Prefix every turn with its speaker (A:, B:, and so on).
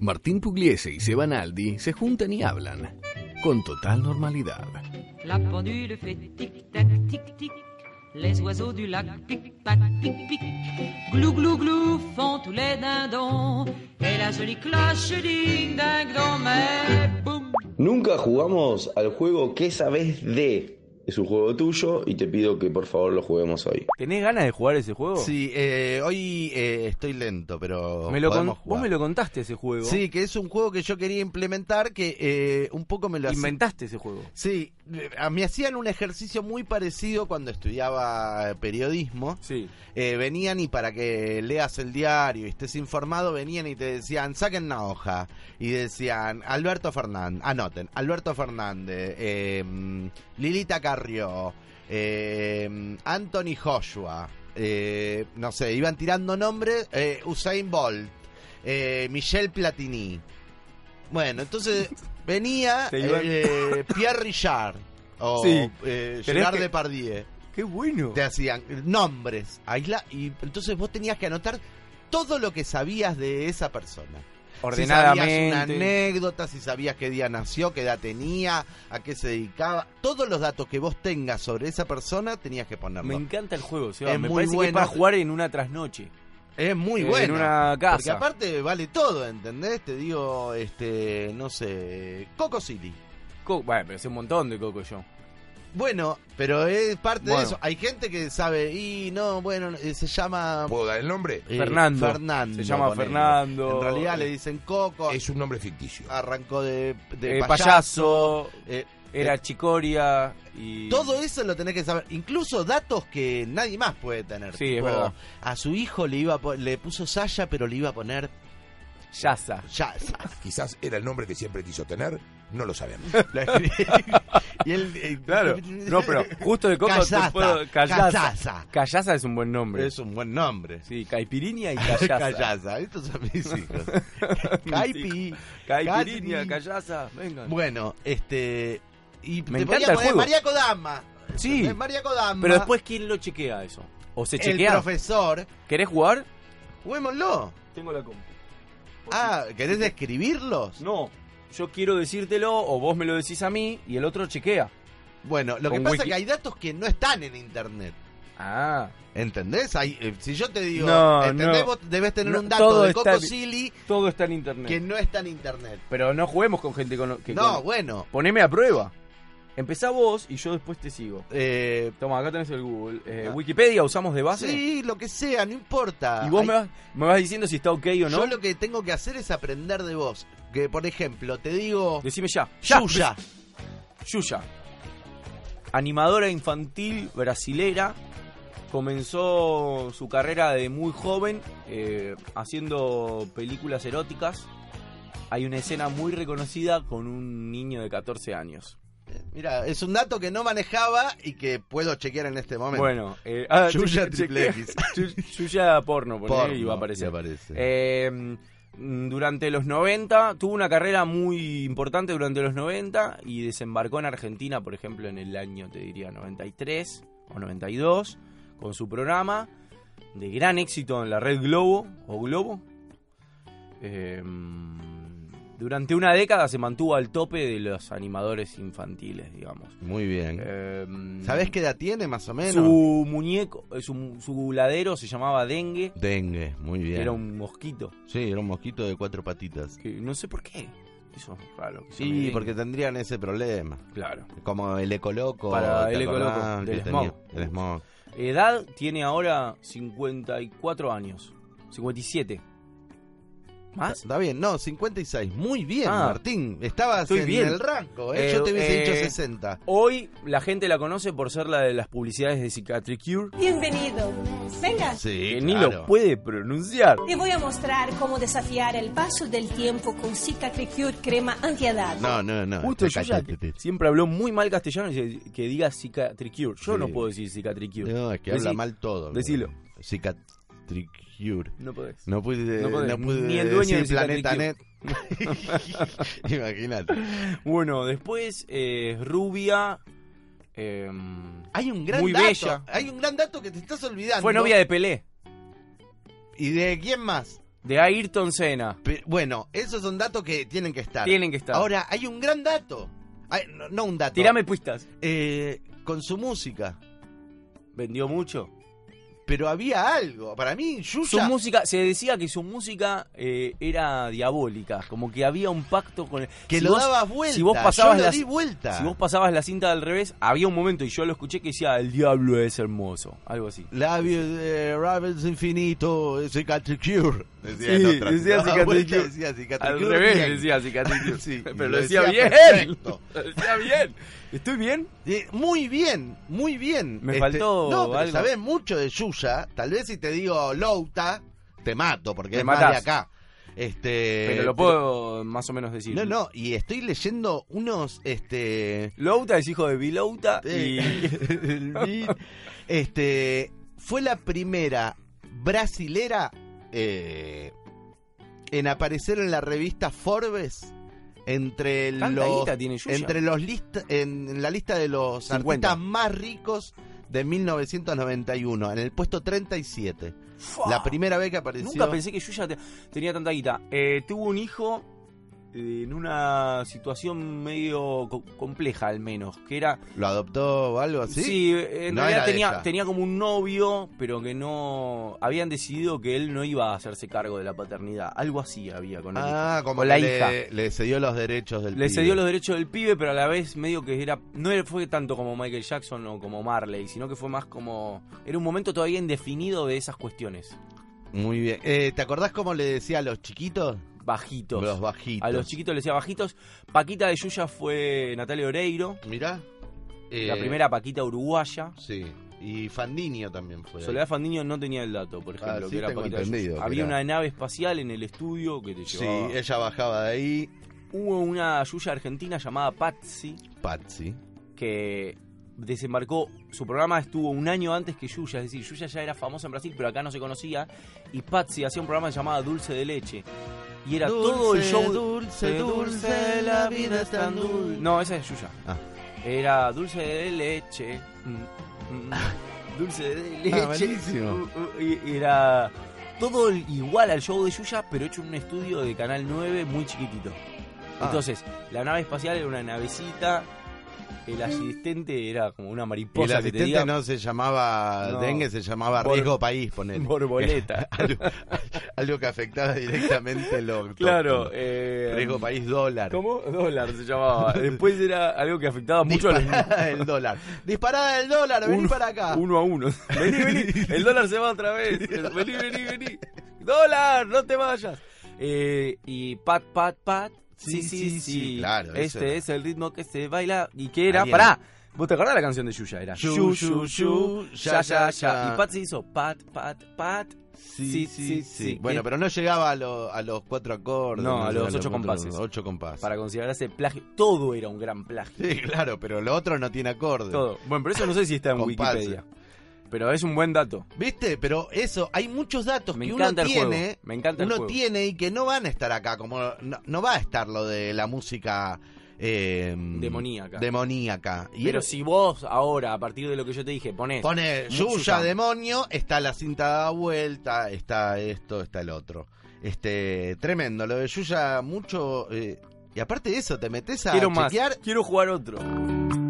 A: Martín Pugliese y Seba Naldi se juntan y hablan con total normalidad.
B: La pendule fait tic-tac, tic-tic. Les oiseaux du lac pic-pac, pic-pic. Glou-glou-glou font tous les dindons. Et la jolie cloche ding-ding-dong. Mais boum,
C: Nunca jugamos al juego ¿Qué sabes de? Es un juego tuyo y te pido que por favor lo juguemos hoy.
D: ¿Tenés ganas de jugar ese juego?
E: Sí, eh, hoy eh, estoy lento, pero
D: Me lo con-
E: podemos
D: Vos
E: jugar.
D: me lo contaste ese juego.
E: Sí, que es un juego que yo quería implementar, que eh, un poco me lo hacía-
D: Inventaste ese juego.
E: Sí, eh, a- me hacían un ejercicio muy parecido cuando estudiaba eh, periodismo.
D: Sí.
E: Eh, venían y para que leas el diario y estés informado, venían y te decían, saquen una hoja. Y decían, Alberto Fernández, anoten, Alberto Fernández, eh, Lilita Carrió, eh, Anthony Joshua, eh, no sé, iban tirando nombres, eh, Usain Bolt, eh, Michel Platini. Bueno, entonces venía
D: Te iban-
E: eh, Pierre Richard o
D: Sí.
E: eh,
D: Tenés
E: Gerard
D: que-
E: Depardieu
D: ¡Qué bueno!
E: te hacían nombres, aisla, y entonces vos tenías que anotar todo lo que sabías de esa persona. Si sabías una
D: Ordenadamente.
E: anécdota, si sabías qué día nació, qué edad tenía, a qué se dedicaba, todos los datos que vos tengas sobre esa persona tenías que
D: me
E: ponerlo.
D: encanta el juego, Seba.
E: Es
D: me
E: muy
D: parece que es
E: bueno.
D: para jugar en una trasnoche.
E: Es muy
D: En
E: bueno.
D: una casa.
E: Porque aparte vale todo, ¿entendés? Te digo, este, no sé, Coco City.
D: Co- bueno, pero es un montón de coco yo.
E: Bueno, pero es parte de
D: Bueno.
E: eso. Hay gente que sabe, y no, bueno, eh, se llama...
F: ¿Puedo dar el nombre?
E: eh,
D: Fernando.
E: Fernando.
D: Se llama
E: ponele.
D: Fernando.
E: En realidad le dicen Coco.
F: Es un nombre ficticio.
D: Ah,
E: arrancó de, de
D: Eh,
E: payaso.
D: payaso,
E: Eh,
D: era chicoria y.
E: todo eso lo tenés que saber. Incluso datos que nadie más puede tener.
D: Sí, es verdad.
E: A su hijo le iba a po- le puso Saya, pero le iba a poner
D: Yaza.
E: Yasa.
F: Quizás era el nombre que siempre quiso tener, no lo sabemos.
E: Lo escribí. y él, eh,
D: Claro. No, pero justo de coco
E: Callaza,
D: te puedo.
E: Callaza.
D: Callaza es un buen nombre.
E: Es un buen nombre.
D: Sí, caipirinha y callaza.
E: Callaza. Estos son mis hijos. Caipi.
D: Caipirinha,
E: Catri.
D: callaza. Vengan.
E: Bueno, este. Y
D: Me
E: te
D: encanta
E: podía
D: el
E: poner
D: juego.
E: María Kodama.
D: Sí.
E: Es María Kodama.
D: Pero después, ¿quién lo chequea eso? ¿O se
E: el
D: chequea?
E: profesor.
D: ¿Querés jugar?
E: Juguémoslo.
D: Tengo la compu.
E: Ah, ¿querés describirlos?
D: No, yo quiero decírtelo o vos me lo decís a mí y el otro chequea.
E: Bueno, lo que
D: Con
E: pasa
D: wiki-
E: es que hay datos que no están en internet.
D: Ah,
E: ¿Entendés? Hay, eh, si yo te digo,
D: No,
E: ¿entendés?
D: no.
E: Vos debes tener
D: No,
E: un dato
D: todo
E: de
D: está
E: Coco
D: en-
E: Silly
D: todo está en internet.
E: que no está en internet.
D: Pero no juguemos con gente con... que
E: no,
D: con-
E: bueno.
D: Poneme a prueba. Empezá vos y yo después te sigo.
E: Eh,
D: Toma, acá tenés el Google. Eh,
E: Ah.
D: Wikipedia usamos de base.
E: sí, lo que sea, no importa.
D: Y vos
E: Hay-
D: me vas, me vas diciendo si está ok o no.
E: Yo lo que tengo que hacer es aprender de vos. Que, por ejemplo, te digo...
D: Decime ya. Ya.
E: Yuya.
D: Yuya. Animadora infantil brasilera. Comenzó su carrera de muy joven eh, haciendo películas eróticas. Hay una escena muy reconocida con un niño de 14 años.
E: Mira, es un dato que no manejaba y que puedo chequear en este momento.
D: Bueno, eh, ah,
E: Yuya
D: cheque-
E: triple X.
D: Yu- Yuya porno, poné, y va a aparecer.
E: Este.
D: Eh, mm, durante los 90, tuvo una carrera muy importante durante los 90 y desembarcó en Argentina, por ejemplo, en el año, te diría, 93 o 92, con su programa de gran éxito en la red Globo o Globo. Eh, mm, durante una década se mantuvo al tope de los animadores infantiles, digamos.
E: Muy bien.
D: Eh,
E: ¿Sabés qué edad tiene, más o menos?
D: Su muñeco, eh, su, su ladero se llamaba Dengue,
E: Dengue, muy bien.
D: era un mosquito.
E: Sí, era un mosquito de cuatro patitas.
D: Que no sé por qué. Eso es raro. que se me
E: Sí,
D: venga.
E: porque tendrían ese problema.
D: Claro.
E: Como el ecoloco.
D: Para
E: ¿te
D: el ecoloco,
E: acordás?
D: del
E: Que tenía-
D: smog.
E: El smog.
D: Edad tiene ahora 54 años. 57. ¿Más?
E: Está bien, no, 56. Muy bien,
D: Ah.
E: Martín. Estabas
D: Estoy
E: en
D: bien.
E: el rango, ¿eh? Yo
D: Eh,
E: te hubiese
D: eh,
E: dicho 60.
D: Hoy la gente la conoce por ser la de las publicidades de Cicatricure.
G: Bienvenido. Venga,
E: Sí,
D: Que ni
E: claro.
D: lo puede pronunciar.
G: te voy a mostrar cómo desafiar el paso del tiempo con Cicatricure crema antiedad.
E: No, no, no.
D: Justo
E: Te
D: Yuya,
E: cachaste,
D: que
E: te-
D: siempre habló muy mal castellano y dice que diga Cicatricure. Yo
E: Sí.
D: no puedo decir Cicatricure.
E: No, es que
D: Decí-
E: habla mal todo.
D: decilo.
E: Cicatricure.
D: No podés.
E: No pude,
D: No
E: no
D: podés,
E: pude
D: ni el dueño de
E: decir Planeta Net.
D: Cicatricure.
E: Imagínate.
D: Bueno, después eh, Rubia. eh,
E: Hay un gran
D: Muy
E: dato.
D: bella.
E: Hay un gran dato que te estás olvidando.
D: fue novia de Pelé.
E: ¿Y de quién más?
D: de Ayrton Senna.
E: Pe- bueno, esos son datos que tienen que estar.
D: Tienen que estar.
E: Ahora, hay un gran dato. Ay, no, no un dato.
D: Tirame pistas.
E: Eh, con su música.
D: Vendió mucho.
E: Pero había algo. Para mí,
D: Su
E: Yuya.
D: música, se decía que su música eh, era diabólica, como que había un pacto con el-
E: que
D: si
E: lo
D: vos-
E: daba vuelta.
D: Si vos
E: Yo
D: pasabas
E: lo
D: la,
E: di vuelta.
D: si vos pasabas la cinta al revés, había un momento y yo lo escuché que decía el diablo es hermoso, algo así.
E: Labios de Ravens Infinito, ese Cicatricure. Decía
D: Sí,
E: el otro.
D: decía
E: Daba
D: Cicatricure.
E: vuelta, decía Cicatricure
D: Al revés
E: bien.
D: decía cicatriz.
E: Sí, y
D: pero
E: lo
D: lo decía,
E: decía
D: bien.
E: perfecto.
D: Lo decía bien. ¿Estoy bien?
E: Eh, Muy bien, muy bien. Este,
D: Me faltó
E: No, pero
D: algo.
E: sabés mucho de Yuya. Tal vez si te digo Louta, te mato, porque
D: Te
E: es más de
D: matás.
E: acá. Este,
D: pero lo puedo más o menos decir.
E: No, no, y estoy leyendo unos, este...
D: Louta es hijo de Bilouta y
E: y- este fue la primera brasilera eh, en aparecer en la revista Forbes entre
D: tanta
E: los
D: guita tiene Yuya.
E: entre los list- en la lista de los
D: 50.
E: artistas más ricos de 1991 en el puesto 37
D: Fua.
E: la primera vez que apareció
D: Nunca pensé que Yuya te- tenía tanta guita. Eh, tuvo un hijo eh, en una situación medio co- compleja al menos, que era
E: lo adoptó o algo así
D: Sí, en
E: ¿Ah, No era
D: realidad
E: de
D: tenía,
E: ella.
D: tenía como un novio, pero que no. Habían decidido que él no iba a hacerse cargo de la paternidad. Algo así había con él.
E: ah como
D: O la
E: que
D: hija.
E: le, le cedió los derechos del
D: Le
E: pibe.
D: cedió los derechos del pibe, pero a la vez medio que era. No era- fue tanto como Michael Jackson o como Marley, sino que fue más como. Era un momento todavía indefinido de esas cuestiones.
E: muy bien Eh, te acordás cómo le decía a los chiquitos
D: Bajitos.
E: los bajitos
D: A los chiquitos les decía bajitos. Paquita de Yuya fue Natalia Oreiro,
E: Mirá. eh,
D: la primera Paquita uruguaya.
E: Sí. Y Fandinio también fue.
D: Soledad Fandiño no tenía el dato, por ejemplo,
E: Ah, sí,
D: que era
E: tengo
D: Paquita de Yuya.
E: entendido que
D: Había
E: era-
D: una nave espacial en el estudio que te
E: Sí,
D: llevaba.
E: ella bajaba de ahí.
D: Hubo una Yuya argentina llamada Patsy
E: Patsy.
D: que desembarcó, su programa estuvo un año antes que Yuya, es decir, Yuya ya era famosa en Brasil, pero acá no se conocía, y Patsy hacía un programa llamado Dulce de Leche. Y era todo el show...
E: Dulce,
D: Eh,
E: dulce, la vida es tan dulce.
D: No, esa es Yuya.
E: Ah.
D: Era Dulce de Leche. mm, mm, Dulce de Leche.
E: Ah, buenísimo.
D: uh, uh, y- y era todo el- igual al show de Yuya, pero hecho en un estudio de Canal 9 muy chiquitito.
E: Ah.
D: Entonces, la nave espacial era una navecita, el asistente era como una
E: Y el
D: mariposa que te
E: asistente
D: diga
E: no se llamaba
D: No.
E: dengue, se llamaba
D: Bor-
E: riesgo país, ponele.
D: borboleta.
E: algo, algo que afectaba directamente lo autóctono.
D: claro, eh,
E: riesgo país dólar.
D: ¿Cómo? Dólar se llamaba. Después era algo que afectaba mucho a los
E: Disparada el dólar. Disparada el dólar, vení
D: Uno-
E: para acá.
D: Uno a uno. Vení, vení. El dólar se va otra vez. Vení, vení, vení. Dólar, no te vayas. Eh, y pat, pat, pat. Sí, sí, sí.
E: claro, eso
D: este
E: era.
D: es el ritmo que se baila. ¿Y qué era?
E: Ariel.
D: Pará. ¿Vos te acordás de la canción de Yuya? Era
E: Yu, yu, yu,
D: ya, ya, ya. Y Pat se hizo pat, pat, pat. Sí, sí, sí. eh.
E: Bueno, pero no llegaba a, lo- a los cuatro acordes.
D: No, a los
E: llegaba
D: ocho
E: cuatro-
D: compases.
E: Ocho compases.
D: Para considerarse plagio. Todo era un gran plagio.
E: Sí, claro, pero lo otro no tiene acorde.
D: Todo. Bueno, pero eso no sé si está en
E: Compases.
D: Wikipedia. Pero es un buen dato.
E: ¿Viste? Pero eso, hay muchos datos
D: Me
E: que uno
D: encanta el juego.
E: tiene.
D: Me encanta el
E: uno
D: juego.
E: tiene y que no van a estar acá. Como no, no va a estar lo de la música. eh,
D: Demoníaca.
E: Demoníaca. Y
D: Pero
E: él
D: si vos ahora, a partir de lo que yo te dije, ponés
E: Pone
D: Mucho
E: Yuya
D: campo.
E: demonio, está la cinta dada vuelta, está esto, está el otro. Este, tremendo, lo de Yuya mucho. eh, y aparte de eso, te metes a
D: quiero más,
E: chequear
D: quiero jugar otro.